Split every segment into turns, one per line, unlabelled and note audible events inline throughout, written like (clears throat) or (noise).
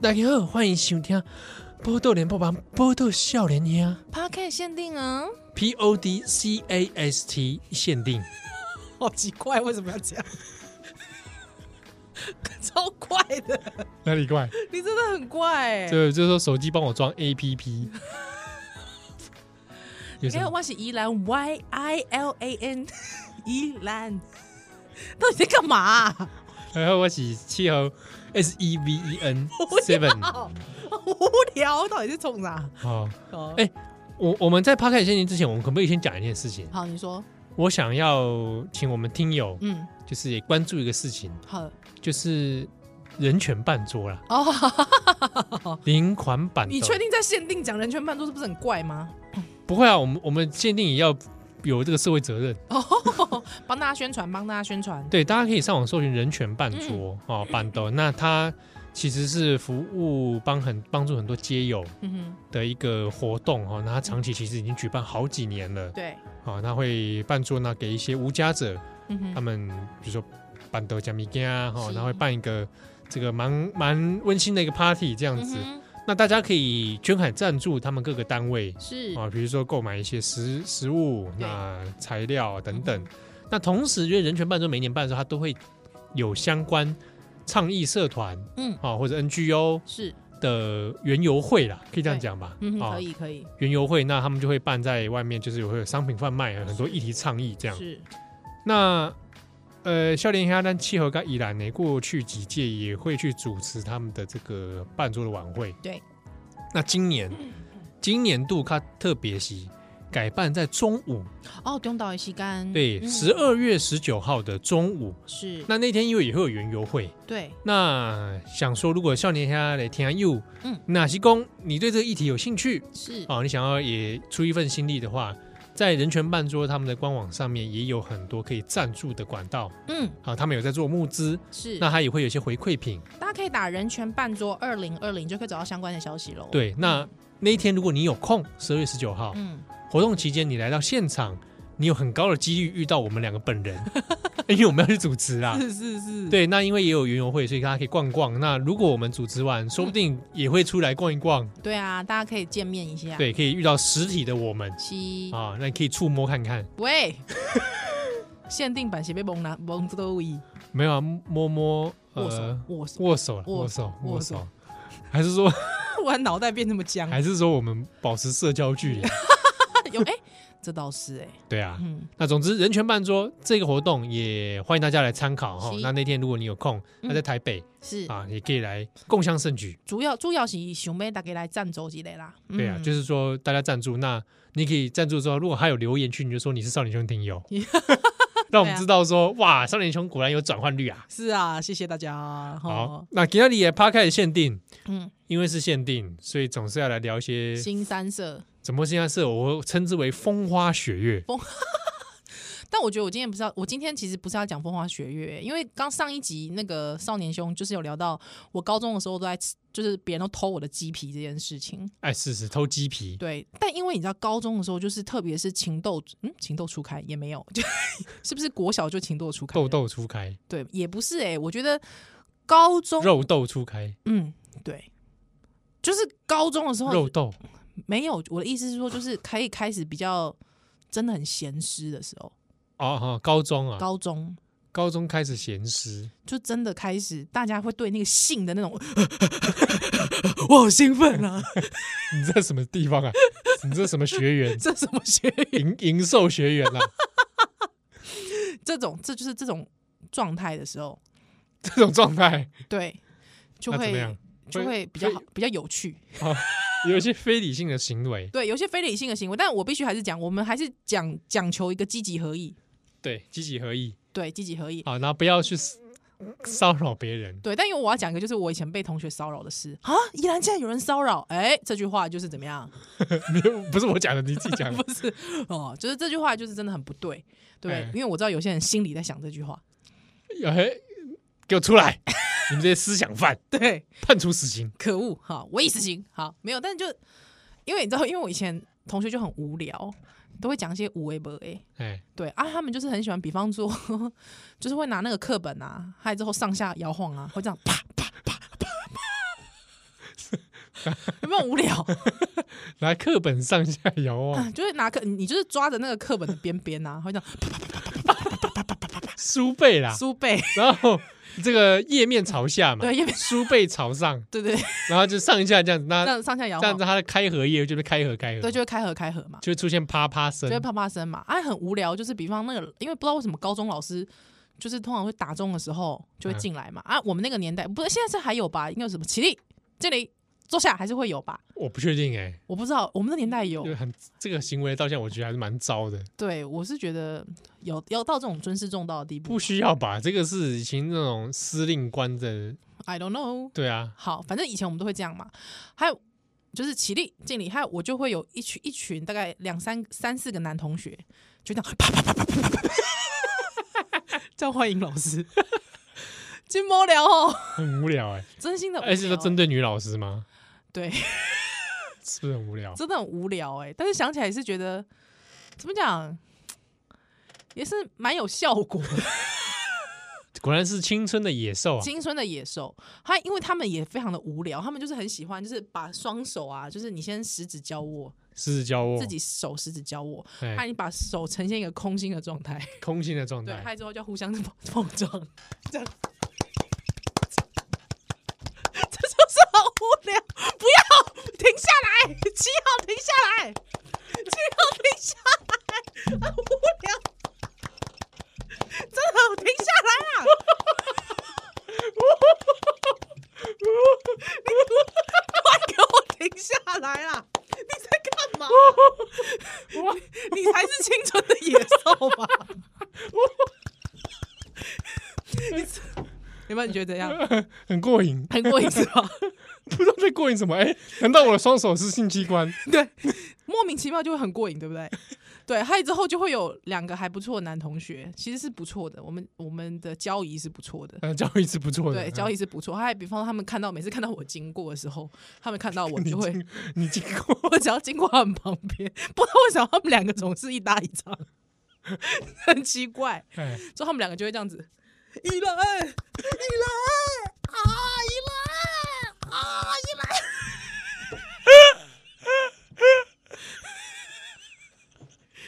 大家好，欢迎收听《波豆联播榜》，波豆笑脸呀
p o d c a s 限定啊，
，P O D C A S T 限定。
好奇怪，为什么要这样？ (laughs) 超怪的，
哪里怪？
你真的很怪哎、
对，就是说手机帮我装 A P P。有什
哎，
么？
我是宜兰 Y I L A N，宜 (laughs) 兰，到底在干嘛啊、
还有哎我是七号 S E V E N Seven。
好无聊，到底是冲啥？
好，
哦
哎我我们在 p o d c a s 限定之前，我们可不可以先讲一件事情？
好，你说，
我想要请我们听友，
嗯，
就是也关注一个事情，
好，
就是人权办桌啦，
哦，
(laughs) 零款版。
你确？定在限定讲人权办桌是不是很怪吗？
不会啊，我们我们限定也要有这个社会责任。
哦，帮大家宣传，帮大家宣传，
对，大家可以上网搜寻人权办桌
嗯
哦，办桌。那它其实是服务帮很帮助很多街友
嗯
的一个活动哦。那它长期其实已经举办好几年了
哼，对，
哦。那会办桌呢，给一些无家者，
嗯
他
哼，
们比如说办桌加米家哈，
是
哦那会办一个这个蛮蛮温馨的一个 party 这样子。
嗯
那大家可以捐款赞助他们各个单位
哼是，
啊，比如说购买一些食食物、
对
那材料啊等等
嗯。
那同时，因为人权办桌每年办的时候，它都会有相关倡议社团
嗯，
啊或者 NGO
是，
的园游会啦，可以这样
对
讲吧？
嗯哼，
啊
可，以，可以，
园游会，那他们就会办在外面，就是有会有商品贩卖，有很多议题倡议这样。
是，
那呃，笑脸鸭蛋契合跟宜兰呢，过去几届也会去主持他们的这个办桌的晚会。
对，嗯
那今年今年度它特别席改办在中午，
哦，中岛也吸干，
对，
嗯
十二月十九号的中午。
是，
那那天因为也会有园游会，
对，
那想说如果少年虾来听又，嗯
嗯，
哪些公你对这个议题有兴趣
是，
哦，你想要也出一份心力的话，在人权办桌他们的官网上面也有很多可以赞助的管道。
嗯，
好，啊他们有在做募资，
是，哦
那他也会有一些回馈品。
大家可以打“人权办桌二零二零”就可以找到相关的消息喽。，
对，那那一天如果你有空，十二月十九号、
嗯，
活动期间，你来到现场，你有很高的几率遇到我们两个本
(laughs)
人，因为我们要去主持啦。
是是是，
(laughs) 啊对，那因为也有园游会，所以大家可以逛逛。那如果我们组织完，说不定也会出来逛一逛。
对啊，大家可以见面一下。，
对，可以遇到实体的我们
七
啊，那你可以触摸看看。 (laughs)
喂，限定版写被蒙拿蒙多伊
没有啊，摸摸
握手
呃
握手，
握手啦
握
握手握
握
手
手，
还是说
突然脑袋变那么僵，
还是说我们保持社交距离？
(laughs) 有哎，这倒是哎，
对啊，
嗯，
那总之，人权办桌这个活动也欢迎大家来参考哈。
是嗯
那那天如果你有空，那在台北、
是
啊，也可以来共襄盛举。
主要主要是想要大家来赞助之类啦。
对啊，
嗯
就是说大家赞助，那你可以赞助之后，如果还有留言区，你就说你是少年兄听
(laughs)
友，让我们知道说
啊
哇，少年兄果然有转换率啊。
是啊，谢谢大家。
好
吼，，
那今天也 p a 始限定，
哦嗯，
因为是限定，所以总是要来聊一些
新三色，
怎么现在是我称之为风花雪月。
但我觉得我今天不是要，我今天其实不是要讲风花雪月，因为刚上一集那个少年兄就是有聊到，我高中的时候都在吃，就是别人都偷我的鸡皮这件事情。
哎，是是偷鸡皮，
对，但因为你知道高中的时候就是特别是情窦，嗯，情窦初开也没有， (laughs) 就是不是国小就情窦初开了？
痘痘初开，
对，也不是哎、我觉得高中
肉痘初开，
嗯对，就是高中的时候
肉痘
没有，我的意思是说就是可以开始比较真的很闲湿的时候，
哦哦，高中啊，
高中。
高中开始闲诗，
就真的开始，大家会对那个性的那种， (laughs) 我好兴奋啊！ (laughs)
你这什么地方啊？ (laughs) 你这什么学员？
这什么学语？
营营售学员啊？ (laughs)
这种，这就是这种状态的时候，
这种状态，
对，就
那怎么
会
样？
就会比较好，比较有趣。
有一些非理性的行为，
对，有一些非理性的行为，但我必须还是讲，我们还是讲讲求一个积极合意，
对，积极合意
对，积极合意。
好，然后不要去骚扰别人。 (laughs)
对，但因为我要讲一个，就是我以前被同学骚扰的事啊，依然竟然有人骚扰，哎、这句话就是怎么样？
没有，不是我讲的，你自己讲的。
(laughs) 不是哦，就是这句话就是真的很不对，对，
哎
因为我知道有些人心里在想这句话，
哎，给我出来！ (laughs) 你们这些思想犯，
对，
判处死刑。
可恶，哈，我一死刑，好，没有，但就因为你知道，因为我以前同学就很无聊，都会讲一些无为不为，
哎，
对啊，他们就是很喜欢，比方说， (laughs) 就是会拿那个课本啊，还之后上下摇晃啊，会这样啪啪啪啪啪，有没有很无聊？
拿课本上下摇
啊
啊，
就是拿课，你就是抓着那个课本的边边呐，会这样
书背啦，
书背，
然后这个页面朝下嘛，
对页面
书背朝上，
对对，对
然后就上下这样子，
这
那
样上下摇
啊这样
晃
子，它的开合页就被开合开合，
对，就会开合开合嘛，
就会出现啪啪声
就会，啪啪声嘛，哎，很无聊。就是比方那个，因为不知道为什么高中老师。就是通常会打钟的时候就会进来嘛、啊，我们那个年代不是现在是还有吧？应该有什么起立、敬礼、坐下还是会有吧？
我不确定哎，
我不知道，我们那年代有
就，很这个行为到现在我觉得还是蛮糟的，
对我是觉得有要到这种尊师重道的地步
不需要吧？这个是以前那种司令官的，
，I don't know。
对啊，
好，反正以前我们都会这样嘛。还有就是起立敬礼，还有我就会有一群一群大概两三三四个男同学，就这样啪啪啪啪啪啪啪啪， (laughs) 这样欢迎老师。真无聊哦，
很无聊哎，
真心的无聊欸，
而且都针对女老师吗？
对，
(laughs) 是不是很无聊？
欸真的很无聊哎、但是想起来也是觉得怎么讲，也是蛮有效果的。 (laughs)
果然是青春的野兽啊！
青春的野兽，他因为他们也非常的无聊，他们就是很喜欢，就是把双手啊，就是你先食指交握，
狮子交握
自，己手食指交握，
哎
那你把手呈现一个空心的状态，
空心的状
对，
态，
嗨之后就互相 (laughs) 碰碰撞，这样，这就是很无聊，不要停下来，七号停下来，七号停下来，很无聊，真的停下来啊！你快给我停下来啊！你在干嘛？你你才是青春的野兽吧？你们觉得怎样？
(laughs) 很过瘾，
很过瘾是吧？
不知道在过瘾什么？哎，难道我的双手是性器官？ (laughs)
对，莫名其妙就会很过瘾，对不对？对，还有之后就会有两个还不错的男同学，其实是不错的，我们我们的交谊是不错的。
呃，交易是不错的，
对，
嗯
交易是不错。还比方说他们看到每次看到我经过的时候，他们看到我
你
就会，
经嗯你经过
我只要经过他们旁边，不知道为什么他们两个总是一搭一唱， (laughs) 很奇怪。
哎，
之后他们两个就会这样子，依兰，依兰啊，依兰啊，依兰。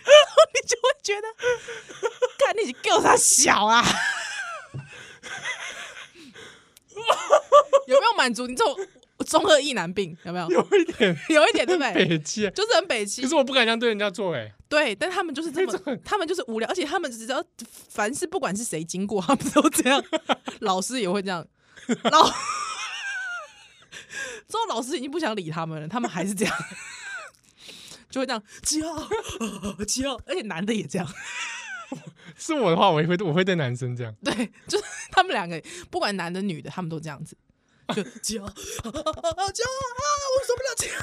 然后你就会觉得，看你够他小啊， (laughs) 有没有满足你这种中二意难病？有没有？
有一点
有一点对不对？
北气啊，
就是很北
可
齐
是，我不敢这样对人家做，哎，
对，但他们就是这
这
么，他们就是无聊，而且他们只要凡是不管是谁经过，他们都这样，老师也会这样，老 (laughs) 之后老师已经不想理他们了，他们还是这样， (laughs) 就会这样七号呃七号，而且男的也这样，
是我的话，我也会我会对男生这样，
对，就是 (laughs) 他们两个不管男的女的，他们都这样子，就七号啊七号啊，我受不了七号。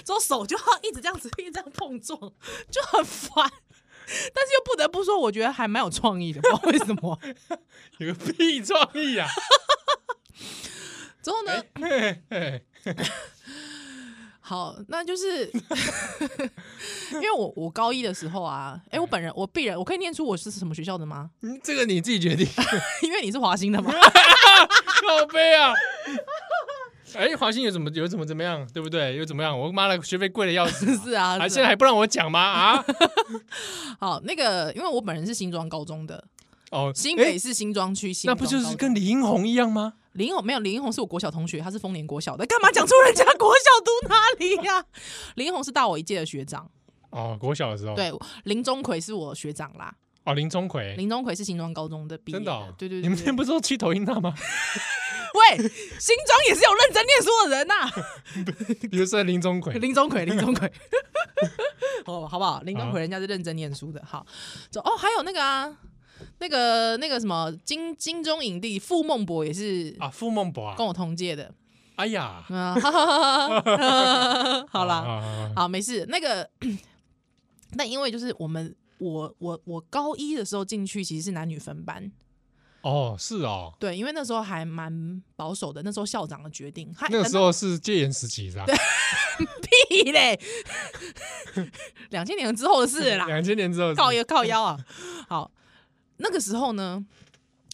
(laughs) 之后手就要一直这样子，一直这样碰撞，就很烦。但是又不得不说，我觉得还蛮有创意的，不知道为什么。
有个屁创意啊！
(laughs)
哎
之后呢，
嘿嘿
好，那就是 (laughs) 因为我我高一的时候啊，哎、我本人我必然我可以念出我是什么学校的吗？ (laughs)
嗯这个你自己决定，
因为你是华兴 (laughs) 的嘛。，
靠背啊！哎，华兴有怎么有怎么怎么样，对不对？有怎么样？我妈的学费贵的要死
(laughs) 是啊，
还
是
现在还不让我讲吗？啊！
好，那个因为我本人是新庄高中的，
哦，
新
哎
北市新庄区新
那
庄
不
高
就
中，
是跟李英红一样吗？
林勇没有林英红是我国小同学，他是丰年国小的，干嘛讲出人家国小读哪里呀、 (laughs) 林英红是大我一届的学长，
哦，国小的时候，，
对，林钟奎是我学长啦，
哦，林钟馗，
林钟奎是新庄高中的毕业
真的哦，
对对对，
你们之前
对 (laughs)
不是都去投音大吗？
喂，新庄也是有认真念书的人呐、
比如说林钟馗，
(laughs) 林钟奎，林钟奎， (laughs) 哦，好不好？林钟
啊
奎人家是认真念书的，好，走哦，还有那个啊，那个那个什么金金钟影帝傅孟博也是
啊，傅孟博啊
跟，我同届的，
哎
(laughs)
呀，
嗯，哈哈哈
啊
哈好啦。
啦，
好，没事。那个， (clears throat) 那因为就是我们，我我我高一的时候进去其实是男女分班，
哦，是哦，
(laughs) 对，因为那时候还蛮保守的，那时候校长的决定，还
那个时候是戒严时期是吧？
屁嘞，两千年之后的事
(laughs)
啦，
两千年之后是，
靠腰靠腰 (laughs) 啊。好，那个时候呢，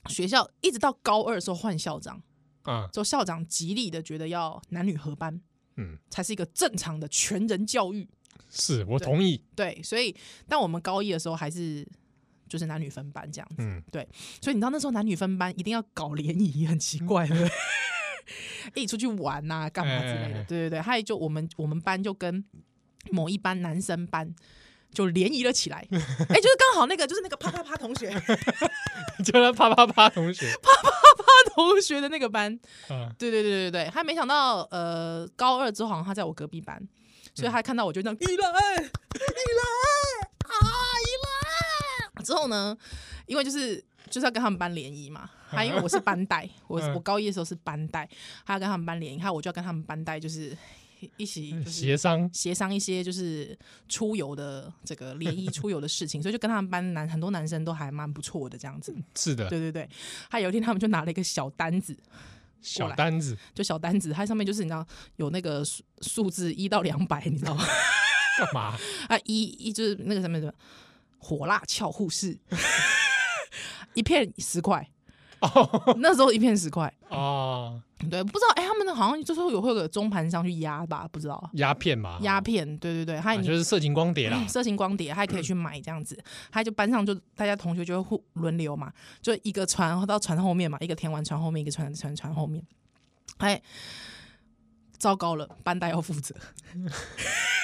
学校一直到高二的时候换校长，
啊，
之后校长极力的觉得要男女合班
嗯，
才是一个正常的全人教育。
是我同意，
对，所以但我们高一的时候还是就是男女分班这样子。
嗯， (laughs)
所以你知道那时候男女分班一定要搞联谊，很奇怪的， (laughs) 一起出去玩呐、干嘛之类的。
哎哎哎
对对对，还有就我们我们班就跟某一班男生班。就联谊了起来，
(laughs)
哎、就是刚好那个，就是那个啪啪啪同学，啪
叫他啪啪啪同学，
同学的那个班，
啊，
对对对对对，他没想到，呃，高二之后好像他在我隔壁班，所以
嗯
他看到我就这样，依兰，依兰啊，依兰。之后呢，因为就是就是要跟他们班联谊嘛，他因为我是班带，我
嗯
我高一的时候是班带，他要跟他们班联谊，还有我就要跟他们班带就是一起就是
协商，
协商一些就是出游的这个
(laughs)
联谊出游的事情，所以就跟他们班男很多男生都还蛮不错的这样子。
是的，
对对对，他有一天他们就拿了一个小单子，过
小
来
单子，
就小单子，它上面就是你知道有那个数数字一到两百，你知道吗？ (laughs)
干嘛？
啊，一一就是那个什么什么火辣俏护士， (laughs) 一片十块，
哦
那时候一片十块，
哦，
对，不知道哎、他们好像就是有会有个中盘商去压吧，不知道
鸦片嘛，
压片，嗯对对对，
哦
还
啊
有你。
就是色嗯情光碟啦，
(clears throat) 色情光碟，还可以去买这样子，还就班上就大家同学就会互轮流嘛，就一个传到船后面嘛，一个填完船后面，一个传传船后面，哎，糟糕了，班代要负责，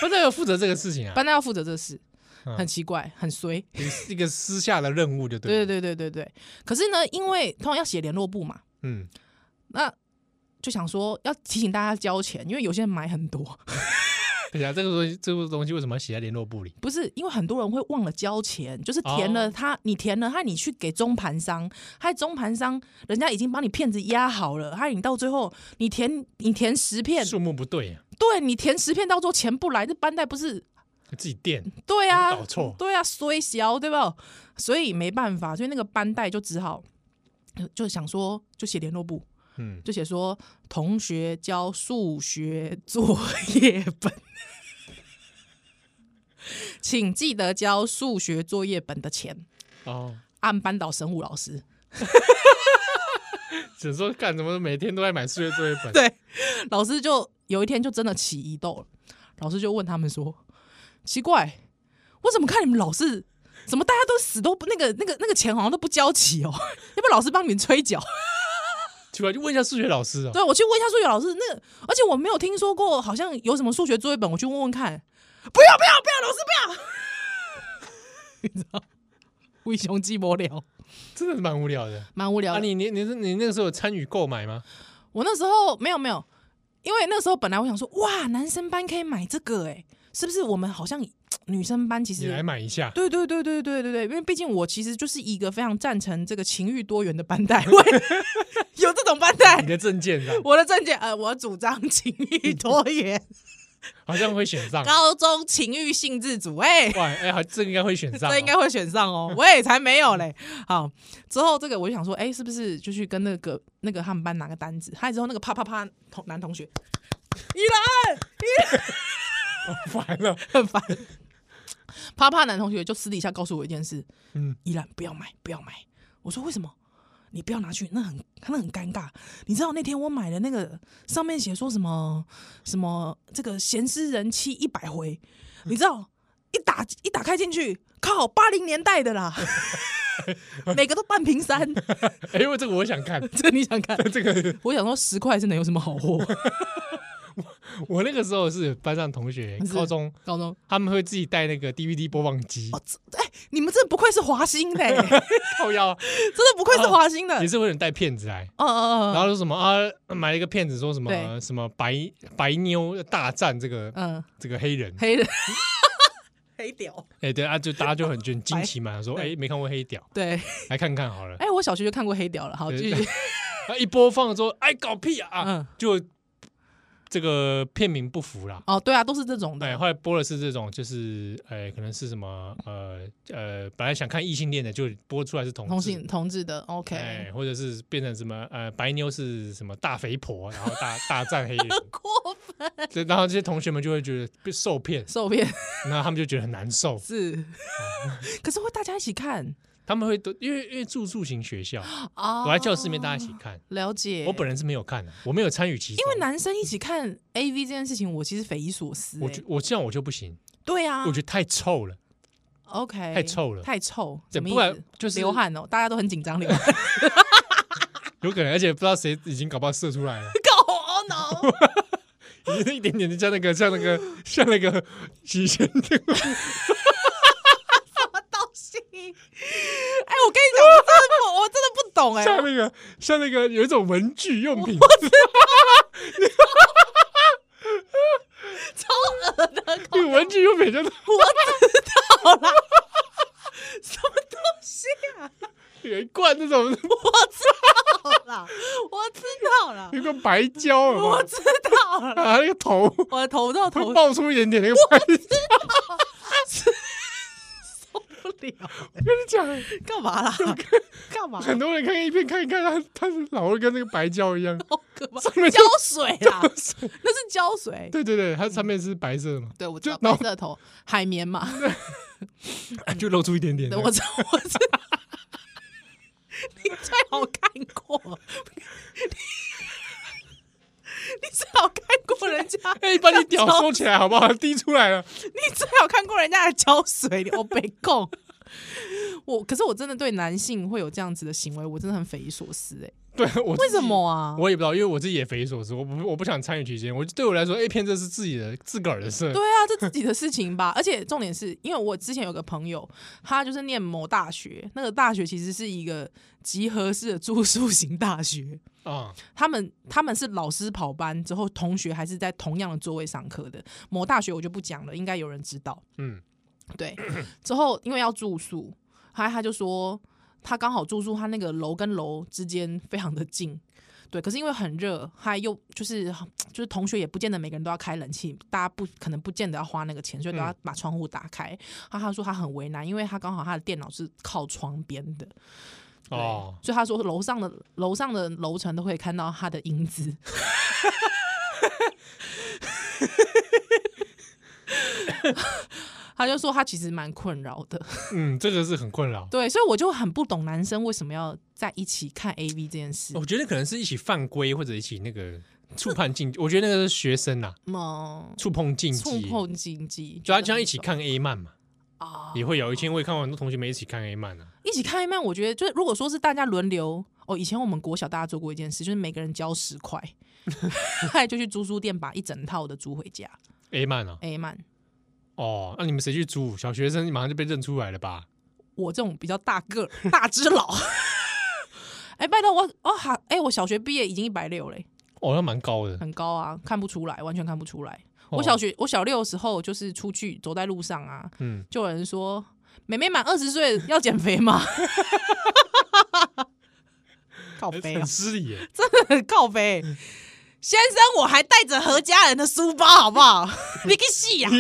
不是有负责这个事情啊，
班代要负责这事，
嗯
很奇怪，很衰。
一个私下的任务就对
对
了，
对对对对对。可是呢，因为通常要写联络簿嘛，
嗯，
那就想说要提醒大家交钱，因为有些人买很多， (laughs)
对啊，这个东西，这个东西为什么要写在联络簿里？
不是因为很多人会忘了交钱，就是填了
哦
他，你填了他，你去给中盘商，还中盘商人家已经帮你骗子压好了，还你到最后你填你填十片，
数目不对啊，
对你填十片，到最后钱不来，这班代不是
自己垫，
对啊，
搞错
对啊，衰小对吧？所以没办法，所以那个班代就只好呃就想说，就写联络簿，
嗯，
就写说同学交数学作业本， (laughs) 请记得交数学作业本的钱，
哦，
按班导神武老师。
只能说干什么，每天都在买数学作业本，
对，老师就有一天就真的起疑窦了，老师就问他们说：“奇怪，我怎么看你们老是怎么大家都死都不那个那个那个钱好像都不交齐哦？ (laughs) 要不要老师帮你们催缴？”
奇怪，就问一下数学老师哦，
对，我去问一下数学老师，那个而且我没有听说过，好像有什么数学作业本，我去问问看。不要不要不要，老师不要， (laughs) 你知道，为熊鸡无聊，
真的是蛮无聊的。
蛮无聊
啊，
的。
你你你是你那个时候有参与购买吗？
我那时候没有没有，因为那时候本来我想说，哇，男生班可以买这个、欸，哎，是不是我们好像女生班其
你来
实。
买一下，
对对对对对对对，因为毕竟我其实就是一个非常赞成这个情欲多元的班代，我也有这种班代
你，的证件上
我的证件呃，我主张情欲多元，
好像会选
(laughs)
上，
高中情欲性自主，哎、
哇，哎，好，这个应该会选上哦，
这应该会选上哦。我也才没有嘞。好，之后这个我就想说，哎、是不是就去跟那个那个他们班拿个单子？还有之后那个啪啪啪同男同学，依兰
(laughs) 完了，
很 (laughs) 烦。啪啪男同学就私底下告诉我一件事，
嗯，
依兰不要买，不要买。我说为什么？你不要拿去，那很那很尴尬。你知道那天我买的那个上面写说什么什么这个闲诗人妻一百回，你知道一打一打开进去，靠八零年代的 (laughs) 啦，每个都半瓶山，
哎，我这个我想看，
这你想看？
这个
我想说十块是能有什么好货？
我那个时候是班上同学，
是
高中
高中
他们会自己带那个 DVD 播放机，
哦你们这不愧是华兴的、欸，真
靠腰
的不愧是华兴的。
也是会有人带骗子来。
嗯嗯嗯
然后说什么啊，买了一个骗子说什么、
对
呃什么白白妞大战这个、
嗯，嗯，
这个黑人，
黑人 (laughs) 黑屌，
哎、对啊，就大家就很很惊奇嘛，说哎、没看过黑屌，
对。
来看看好了。
哎、我小学就看过黑屌了，好
对
继续。 (laughs)
啊，一播放之后，哎搞屁啊，啊
嗯，
就这个片名不符啦。
哦，对啊，都是这种
哎，
的。
后来播的是这种，就是哎，可能是什么呃呃，本来想看异性恋的，就播出来是同
同
志
性同志的，OK，、
哎，或者是变成什么呃，白妞是什么大肥婆，然后大 (laughs) 大战黑人，
过分
这然后这些同学们就会觉得被受骗，
受骗
然后他们就觉得很难受，
(laughs) 是，可是会大家一起看，
他们会都因为因为住宿型学校，
啊
我在教室里面大家一起看。
了解。
我本人是没有看的，我没有参与其中。
因为男生一起看 A V 这件事情，我其实匪夷所思、欸。
我觉我这样我就不行，
对啊，
我觉得太臭了。
OK，
太臭了
太臭，
对
什么意
不然
思
就是
流汗哦，大家都很紧张流 (laughs) 汗。
有可能，而且不知道谁已经搞不好射出来了，
狗哦
(laughs)
no，
已经一点点的像那个像那
(laughs)
个像那个极限的，
我到心。哎，我跟你讲，我真的不，我真的不懂哎、 (laughs)
像那个像那个有一种文具用品， (laughs)
超恶的，
那个文具用品叫做
好啦，什么东西啊？
有一罐那种
好啦， (laughs) 我知
(laughs)
道了，
有一个白胶有没有
我知道了，
啊，那个头
我的头到头
会爆出一点点那个白。
不了，
我跟你讲，
(laughs) 干嘛啦？ (laughs) 干嘛？
很多人看一片看一看，他他是老会跟那个白胶一
(laughs)
样，
好可怕！
上面就
胶水啦，那是胶水。
对对对，它上面是白色
(laughs)
的嘛，
对，我知道
就然
白
后
色的头，海绵嘛，
就露出一点点
对，
的。
我知道，我知道。你最好看过，你你最好看过人家，
哎，把你
(laughs)
屌收起来好不好？滴出来了，
你最好看过人家的胶水，你我被供。 (laughs) 我可是我真的对男性会有这样子的行为，我真的很匪夷所思哎、
对我
为
自己
什么啊？
我也不知道，因为我自己也匪夷所思，我不我不想参与其间。我对我来说，A 片这是自己的自个儿的事
对，啊，这自己的事情吧。而 (laughs) 且重点是因为我之前有个朋友，他就是念某大学，那个大学其实是一个集合式的住宿型大学。
啊、
他们他们是老师跑班之后，同学还是在同样的座位上课的。某大学我就不讲了，应该有人知道。
嗯，
对， (clears throat) 之后因为要住宿，他他就说他刚好住宿，他那个楼跟楼之间非常的近。对，可是因为很热，他又就是就是同学也不见得每个人都要开冷气，大家不可能不见得要花那个钱，所以都要把窗户打开。他他说他很为难，因为他刚好他的电脑是靠窗边的，对
哦，
所以他说楼上的楼上的楼层都可以看到他的影子。 (laughs) 他就说他其实蛮困扰的，
嗯，这个是很困扰。
对，所以我就很不懂男生为什么要在一起看 A V 这件事。
我觉得可能是一起犯规或者一起那个触碰禁，我觉得那个是学生呐、
嗯，
触碰哦禁
触
忌，
碰禁忌，
就要
觉
这样
得很
一起
爽
看 A 漫嘛，
啊，
也会有。以前我也看过很多同学们一起看 A 漫啊，
一起看 A 漫，我觉得就是如果说是大家轮流。哦，以前我们国小大家做过一件事，就是每个人交十
(laughs)
块， (laughs) 后来就去租书店把一整套的租回家。
，A 漫啊，
A 漫，
哦，那、你们谁去租？小学生马上就被认出来了吧？
我这种比较大个儿大只佬。 (laughs) 哎、拜托我，哦哈，哎、我小学毕业已经一百六嘞，欸
哦，那蛮高的，
很高啊，看不出来，完全看不出来。
哦
我小学我小六的时候，就是出去走在路上啊，
嗯，
就有人说：“妹妹满二十岁要减肥吗？” (laughs) 靠背
(laughs) 很
啊， (laughs)
失礼耶，
真的很靠背。先生，我还带着何家人的书包，好不好？ (laughs) 你啊个戏呀，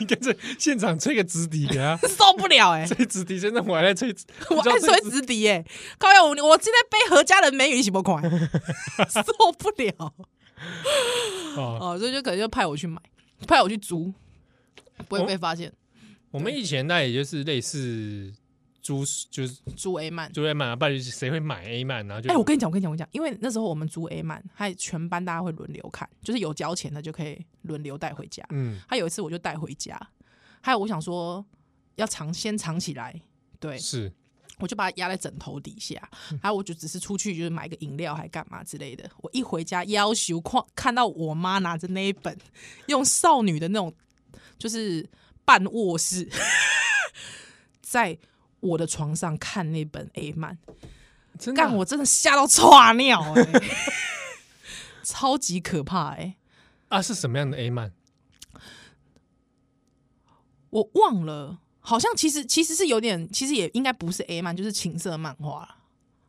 你跟着现场吹个直笛给
(laughs)
他
受不了哎、
吹直笛，真的我还在吹，(laughs)
我
不知道
爱吹直笛耶，高耀武，我今天被何家人美女一起
(laughs)
不款，受不了
哦，
哦，所以就可能就派我去买，派我去租，不
哦
会被发现。
我们以前那也就是类似租，就是
租 A 漫，
租 A 漫啊，不然谁会买 A 漫，然后就
哎、我跟你讲，我跟你讲，我跟你讲，因为那时候我们租 A 漫，还全班大家会轮流看，就是有交钱的就可以轮流带回家。
嗯，
还有一次我就带回家，还有我想说要藏先藏起来，对
是
我就把它压在枕头底下，
嗯
还有我就只是出去就是买个饮料还干嘛之类的。我一回家要求看看到我妈拿着那一本用少女的那种就是半卧室，在我的床上看那本 A 漫，
真的啊
干我真的吓到唰尿哎、 (laughs) 超级可怕哎、
啊，是什么样的 A 漫？
我忘了，好像其实其实是有点，其实也应该不是 A 漫，就是情色漫画啦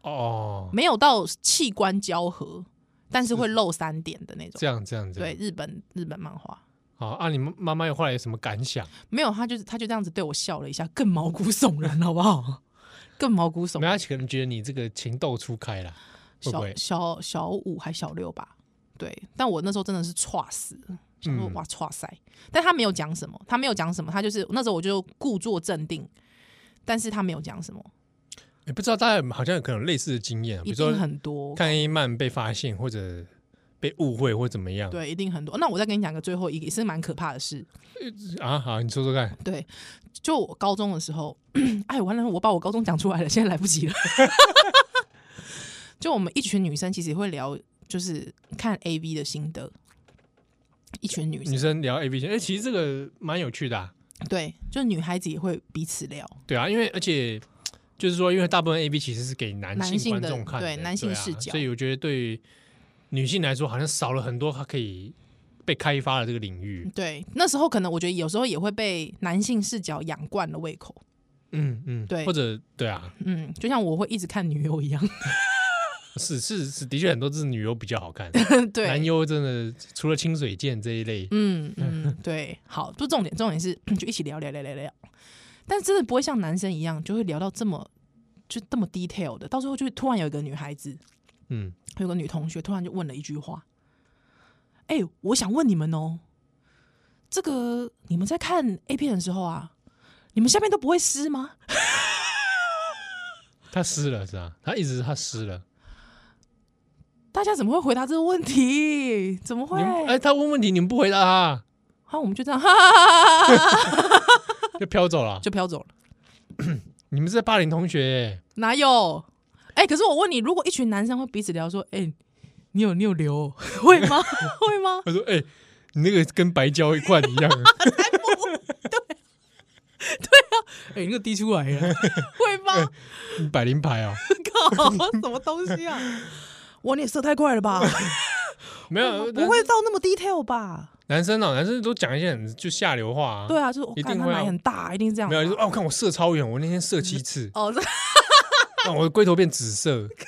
哦，
没有到器官交合，但是会露三点的那种。
这样这嗯样这
对，
样，
日本日本漫画
好啊，你妈妈妈有后来有什么感想？
没有，他就是他就这样子对我笑了一下，更毛骨悚然，好不好？ (laughs) 更毛骨悚
没
然。
有，她可能觉得你这个情窦初开了，会不
小
会？
小小五还小六吧？对，但我那时候真的是歘死了，想说
嗯
哇歘塞，但他没有讲什么，他没有讲什么，他就是那时候我就故作镇定，但是他没有讲什么，
也不知道大家有没有好像有可能有类似的经验啊，比
一
如说
定很多，
看 A 漫被发现或者被误会或怎么样。
对，一定很多。那我再跟你讲个最后一个也是蛮可怕的事，
啊，好，你说说看，
对，就我高中的时候， (clears throat) 哎，完了，我把我高中讲出来了，现在来不及了。 (laughs) 就我们一群女生其实也会聊，就是看 A V 的心得。一群女
女
生，
生聊 A B 线，哎、其实这个蛮有趣的、啊，
对，就女孩子也会彼此聊
对啊，因为而且就是说，因为大部分 A B 其实是给男
男性
观
的
众看
对男性
啊
视角
所以我觉得对于女性来说，好像少了很多她可以被开发的这个领域。
对，那时候可能我觉得有时候也会被男性视角养惯了胃口，
嗯嗯，
对
或者对啊，
嗯，就像我会一直看女优一样， (laughs)
是是是，的确很多是女优比较好看，男
对，
优真的除了清水剑这一类，
嗯嗯，对，好，就重点重点是 (clears throat) 就一起聊聊聊聊聊，但真的不会像男生一样就会聊到这么就这么 detail 的，到最后就会突然有一个女孩子，
嗯，
有个女同学突然就问了一句话，哎、我想问你们哦，这个你们在看 A 片的时候啊，你们下面都不会湿吗？
她湿了是吧？她一直她湿了，
大家怎么会回答这个问题？怎么会？
你们哎，她问问题你们不回答她，
好，我们就这样，哈哈哈哈哈哈，
就飘走了。
就飘走了。
你们是在霸凌同学欸耶，
哪有？哎、可是我问你，如果一群男生会彼此聊说，哎、你有你有瘤哦、 (laughs) 会
(laughs)
吗？会吗？
他说：“哎、你那个跟白胶一罐一
(laughs)
样。
哎、那个滴出来了， (laughs) 会吗？
你百灵牌哦，
靠，什么东西啊？哇，你也射太快了吧？
啊没有，
不会到那么 detail 吧？
男生哦，男生都讲一些很就下流话、啊，
对，啊，就是我
一
看
定
他
会啊
奶很大，一定是这样吧。
没有，就说哦，看我射超远，我那天射七 (laughs) 次，
哦，这
让我的龟头变紫色，
(laughs)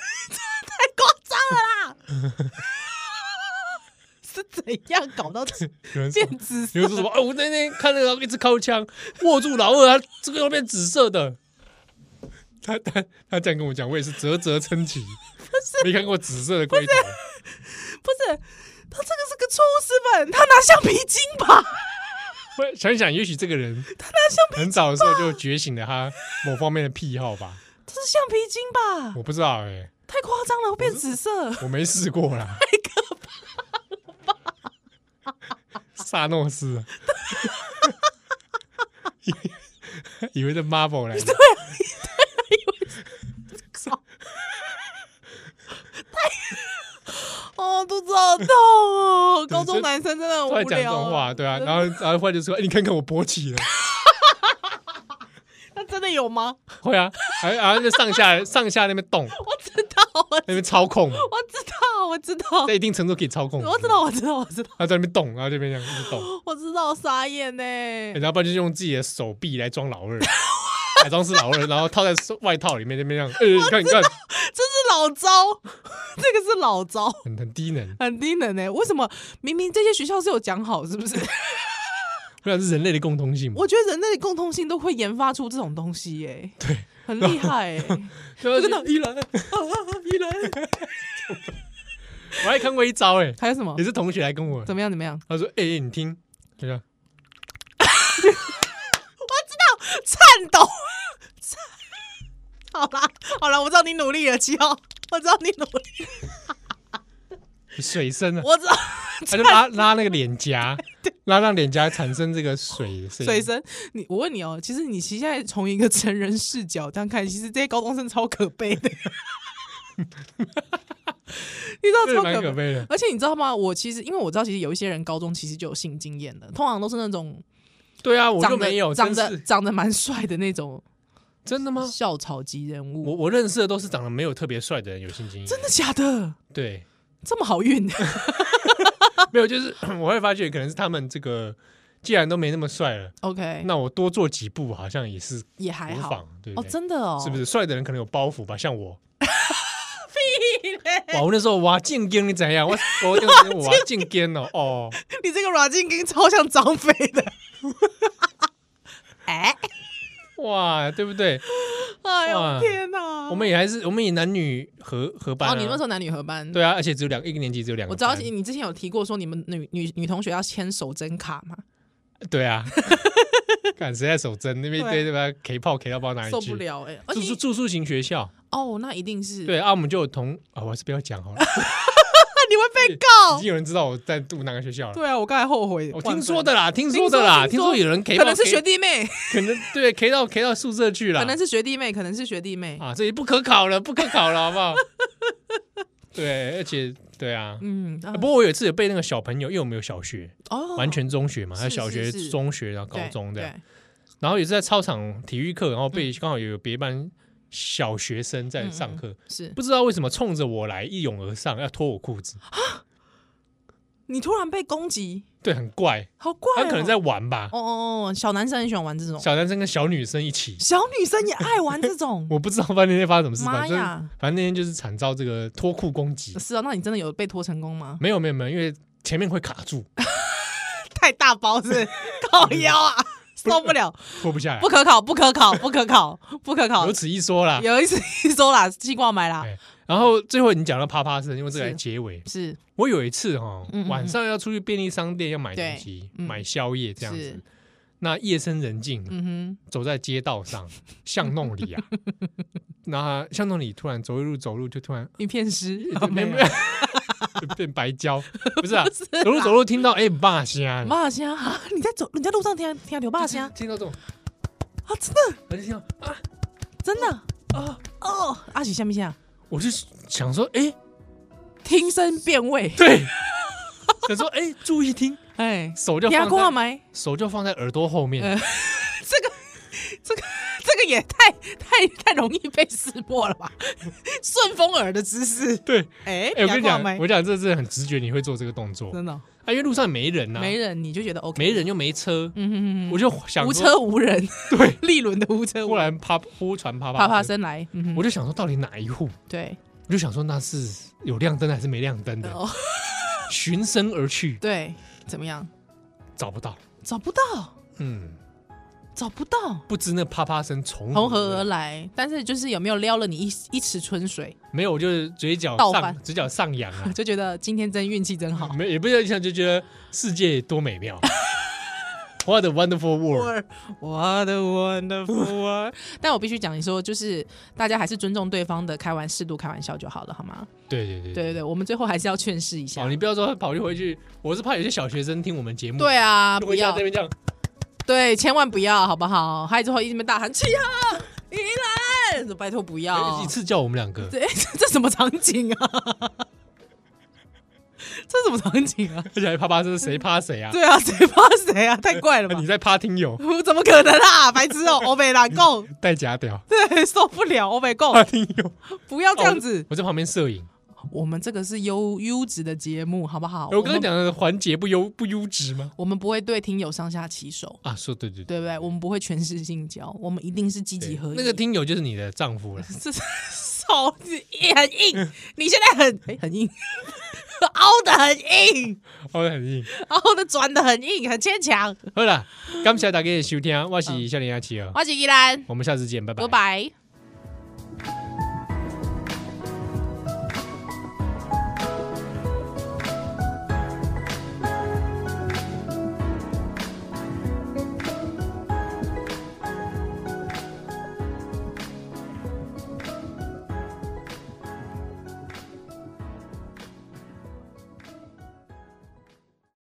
是怎样搞到变
有人说， (laughs)
紫色
有人说什么？哦，我那天看那个一直靠枪，握住老二，他这个要变紫色的。”他他他这样跟我讲，我也是啧啧称奇，没看过紫色的龟头，
不是，他这个是个错误示范，他拿橡皮筋吧？
我想一想，也许这个人他很早的时候就觉醒了他某方面的癖好吧，
这是橡皮筋吧？
我不知道哎、
太夸张了，会变紫色。
我没试过啦，萨诺斯， (laughs) 以为是 Marvel 来的，
哦，肚子好痛哦！
对
高中
就
男生真的很
突然
无
讲这
聊
种话，
啊，
对啊，然后然后后来就说，哎、你看看我勃起了，
那真的有吗？
会啊，然后然后就上下上下那边动，
我知道，我
那边操控，
我知道，我知道，
在一定程度可以操控，
哦我知，道，我哦知道，我知道，
然后在那边动，然后这边这样一直动，
我知道，傻眼呢！哎
然后不然就是用自己的手臂来装老二。假装是老二，然后套在外套里面，那边这样，呃、你看，你看，
这是老招，这个是老招，
很很低能，
很低能呢。为什么明明这些学校是有讲好，是不是？
不然是人类的共通性嘛。
我觉得人类的共通性都会研发出这种东西，耶，对，很厉害，哎，
就
真的
依然，
依然
我还看过一招哎、
还有什么
也？是同学来跟我，
哦怎么样？怎么样？
他说：“哎、欸，你听，就这样，
颤抖。 (laughs) 好啦，好啦，我知道你努力了，七号， (laughs) 我知道你努
(laughs)
力，
水声啊，
我知道
他就拉拉那个脸
(laughs)
颊，拉让脸颊产生这个水声。
水生。你我问你哦，其实你现在从一个成人视角这样看，其实这些高中生超可悲
(laughs)
的，你知
这个
道超
蛮
可
可
悲。
悲的。
而且你知道吗？我其实因为我知道，其实有一些人高中其实就有性经验的，通常都是那种
对啊，我
长
就
得
没有，
长
真
得
是
长得蛮帅的那种
真的吗？
校草级人物。
我我认识的都是长得没有特别帅的人，有性经验。
真的假的？
对，
这么好运？ (laughs)
没有，就是 (clears throat) 我会发觉，可能是他们这个既然都没那么帅了，
OK，
那我多做几步好像也是
也还
无
好
妨，对不
哦，
对？
真的哦，
是不是帅的人可能有包袱吧？像
(laughs)
我，屁哇！我那时候哇进肩你怎样？我我
(laughs)
那时候哇进肩哦哦，
你这个软禁跟超像张飞的。哎，
哇，对不对？
哎
哇
呦天哪！
我们也还是我们也男女合合班、
哦，
啊，
你们那时候男女合班，，
对啊，而且只有两一个年级只有两个
我知
班，
道你之前有提过说你们女女女同学要签手真卡嘛，
对
(laughs)
啊，看谁在守贞那边一堆对吧？K 炮 K 到不知道哪里
受
去
不，了哎、而
住
且
宿住宿型学校，
哦，那一定是
对啊，我们就有同啊，我还是不要讲好了，
啊，你会被告
已。经有人知道我在读哪个学校了。
对啊，我刚才后悔，
我
万
听
分
说的啦，听说的啦，听
听
说
说
有人 K
可
炮
能是
K-
学弟妹，
可能对 K 到 K 到宿舍去了，
可能是学弟妹，可能是学弟妹。
啊，这也不可考了，不可考了，好不好？ (laughs) 对，而且对啊，
嗯，啊
不过我有一次也被那个小朋友，因为我们有小学，
哦，
完全中学嘛，还有
是
小学
是、是
中学，然后高
对
中这样。
对嗯
然后也是在操场体育课，然后被刚好有别班小学生在上课，
是
不知道为什么冲着我来一拥而上，要脱我裤子，
你突然被攻击，
对，很怪，
好怪、
他
哦。
可能在玩吧
哦，哦哦，小男生很喜欢玩这种，
小男生跟小女生一起，
小女生也爱玩这
(laughs)
种。
我不知道那天发生什么事，
妈
反正
呀！
反正那天就是惨遭这个脱裤攻击，
是啊，那你真的有被拖成功吗？
没有没有没有，因为前面会卡住，
(laughs) 太大包 (laughs) 是靠腰啊， (laughs) 受不了，
脱不下来
不，可考，不可考，不可考，不可考
有。此一说啦。
有一次一说啦，西瓜买啦
哎，然后最后你讲到啪啪声，用这个来
是
结尾。
是
我有一次哈
嗯嗯，嗯
晚上要出去便利商店要买东西，
对嗯
买宵夜这样
是
子。那夜深人静，
嗯
走在街道
(laughs)
上巷弄里啊，那巷弄里突然走一路走路就突然
哼，一片
(laughs)
湿，
就
哦没
变
(laughs)
(laughs)
有
变白胶，
(laughs)
不是啊，
不是啦
走路走路听到哎爸虾，
马虾啊！你在走，你在路上听听刘
爸
霸虾啊，啊
听到这种，
真的
我就听到啊
真
(laughs)
的
啊，
哦，阿喜像不像？
我就想说
(laughs)
哎
听声辨位，
对，想说哎注意听，
哎，
手 (laughs) 就
听
放
过
在
没？
手就放在耳朵后面
呃，这个也太太太容易被识破了吧？ (laughs) 顺风耳的姿势，
对。
哎、
哎、我跟你讲
听过，没
我讲这是很直觉，你会做这个动作啊，
真的哦、
因为路上没人呐、
没人你就觉得 OK，
没人又没车，
嗯哼
我就想说
哼，无，车无人，
(laughs)
(laughs)
对，
利轮的无车无
忽
人，
然啪忽传啪啪
啪啪，声来，嗯哼，
我就想说到底哪一户，
对，
我就想说那是有亮灯还是没亮灯的，
哦，
循声而去，
对，怎么样？
找不到，
找不到，
嗯，
找不到，
不知那啪啪声从
从何而
来，
来？但是就是有没有撩了你一一池春水， (laughs)
没有，我就是嘴角
倒
上
翻，
嘴角上扬啊
就觉得今天真运气真 (laughs) 好。
没也不是想就觉得世界多美
(laughs)
妙，What a wonderful world，
我的 wonderful world。但我 (laughs) 必须讲，你说就是大家还是尊重对方的开玩适度开玩笑就好了，好吗？
对对对
对对对，我们最后还是要劝示一下
哦，。你不要说跑去回去，我是怕有些小学生听我们节目，
对啊，
就
不
回家
要
这边这样，
对，千万不要，好不好？还有之后一直在那边大喊“起啊，宜兰”，拜托不要
哎一。次叫我们两个，
哦这这什么场景啊？ (laughs) 这什么场景啊？
而且还啪啪声，谁啪谁啊？哎
对啊，谁怕谁啊？太怪了吧
你！在啪听
(laughs)
友
怎么可能啊？白
(laughs)
痴哦、欧美兰够，
带假屌，
对，受不了，欧美够
啪，听友
不要这样子。
我在旁边摄影。
我们这个是优优质的节目，好不好？
哦哎我刚
哦
刚，
们
讲的环节不优不优质吗？
我们不会对听友上下其手，
啊，说对对对，
对不对？我们不会全是性交，我们一定是积
对
极合意。
那个听友就是你的丈夫了，
这是手指也很硬，你现在很哎、很硬， (laughs) 凹的很硬，
哦，很硬。
凹的转的很硬，很牵强。嗯
好了，感谢大家的收听，我是夏林阿奇儿，
我是依兰，
我们下次见，拜拜
拜。拜。